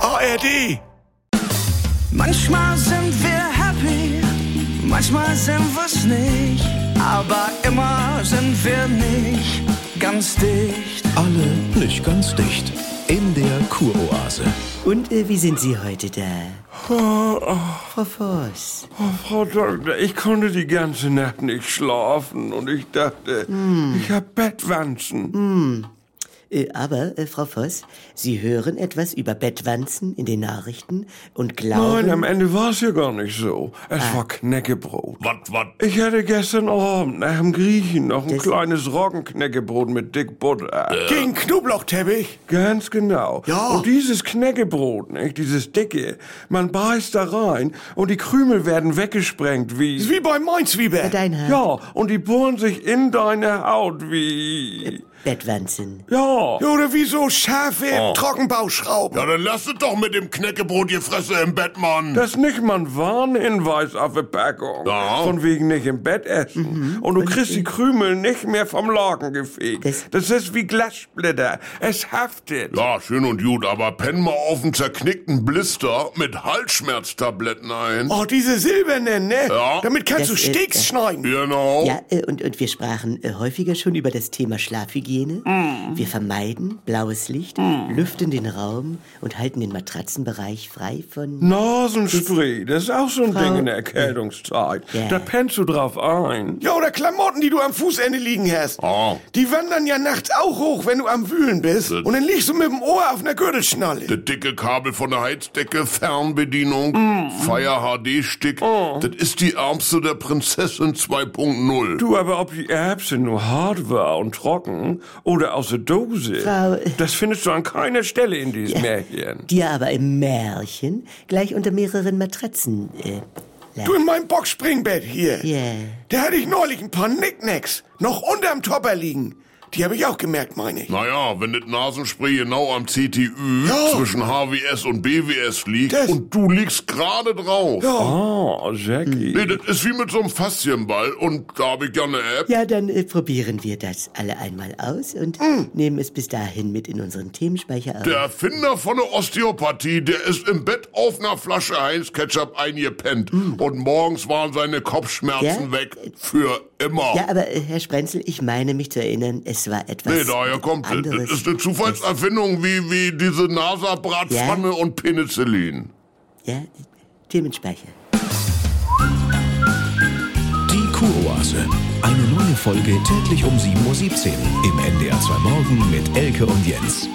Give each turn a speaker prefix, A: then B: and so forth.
A: ARD.
B: Manchmal sind wir happy, manchmal sind wir's nicht, aber immer sind wir nicht ganz dicht.
C: Alle nicht ganz dicht. In der Kuroase.
D: Und äh, wie sind Sie heute da? Frau Voss.
A: Oh, Frau Doktor, ich konnte die ganze Nacht nicht schlafen und ich dachte,
E: Hm.
A: ich hab Bettwanzen.
D: Äh, aber, äh, Frau Voss, Sie hören etwas über Bettwanzen in den Nachrichten und glauben...
A: Nein, am Ende war es ja gar nicht so. Es
E: Ah.
A: war Knäckebrot.
E: Was, was?
A: Ich hatte gestern Abend nach dem Griechen noch ein
D: Das-
A: kleines Roggenknäckebrot mit dick Butter.
E: Gegen Knoblauchteppich?
A: Ganz genau.
E: Ja.
A: Und dieses Knäckebrot, nicht? Dieses dicke, man beißt da rein und die Krümel werden weggesprengt
E: Ist
A: wie...
E: wie bei Mainzwiebel.
D: Dein Herr.
A: Ja, und die bohren sich in deine Haut wie...
D: Bettwanzen.
A: Ja.
E: Oder wie so Schafe
F: Oh.
E: im Trockenbauschrauben.
F: Ja, dann lass es doch mit dem Knäckebrot die Fresse im Bett, Mann.
A: Das ist nicht mal ein Warnhinweis auf die Packung.
F: Ja.
A: Von wegen nicht im Bett essen.
D: Mhm.
A: Und du kriegst die Krümel nicht mehr vom Laken gefegt.
D: Das-
A: Das, ist wie Glassplitter. Es haftet.
F: Ja, schön und gut, aber penn mal auf einen zerknickten Blister mit Halsschmerztabletten ein.
E: Oh, diese silbernen, ne?
F: Ja.
E: Damit kannst
D: Das
E: du
D: ist-
E: Steaks schneiden.
F: Genau.
D: Ja, äh, und, und wir sprachen äh, häufiger schon über das Thema Schlafhygiene.
A: Mm.
D: Wir vermeiden blaues Licht, lüften den Raum und halten den Matratzenbereich frei von...
A: Nasenspray, das ist auch so ein
D: Frau-
A: Ding in der Erkältungszeit.
D: Ja.
A: Da pennst du drauf ein.
E: Ja, oder Klamotten, die du am Fußende liegen hast.
F: Ah.
E: Die wandern ja nachts auch hoch, wenn du am Wühlen bist.
F: Das-
E: Und dann liegst du mit dem Ohr auf einer Gürtelschnalle.
F: Das dicke Kabel von der Heizdecke, Fernbedienung,
E: Mm.
F: Fire HD-Stick.
E: Oh.
F: Das ist die Ärmste der Prinzessin 2.0.
A: Du, aber ob die Erbse nur hart war und trocken oder aus der Dose,
D: Frau-
A: das findest du an keiner Stelle in diesem Märchen.
D: Die aber im Märchen gleich unter mehreren Matratzen... Äh,
E: Du in meinem Boxspringbett hier.
D: Ja.
E: Da hatte ich neulich ein paar Nicknacks. Noch unterm Topper liegen. Die habe ich auch gemerkt, meine ich.
F: Naja, wenn das Nasenspray genau am CTÜ
E: Ja.
F: zwischen HWS und BWS liegt
E: Das-
F: und du liegst gerade drauf.
E: Ja.
A: Oh, Jackie.
F: Nee, das ist wie mit so einem Faszienball und da habe ich ja eine App.
D: Ja, dann äh, probieren wir das alle einmal aus und nehmen es bis dahin mit in unseren Themenspeicher auf.
F: Der Erfinder von der Osteopathie, der ist im Bett auf einer Flasche Heinz Ketchup eingepennt und morgens waren seine Kopfschmerzen
D: Mm. Ja?
F: weg für immer.
D: Ja, aber äh, Herr Sprenzel, ich meine mich zu erinnern, es war etwas
F: Nee, daher kommt es.
D: anderes.
F: Das ist eine Zufallserfindung wie, wie diese NASA-Bratpfanne
D: Ja?
F: und Penicillin.
D: Ja, Themenspeicher.
C: Die Kuroase. Eine neue Folge täglich um 7.17 Uhr. Im NDR 2 Morgen mit Elke und Jens.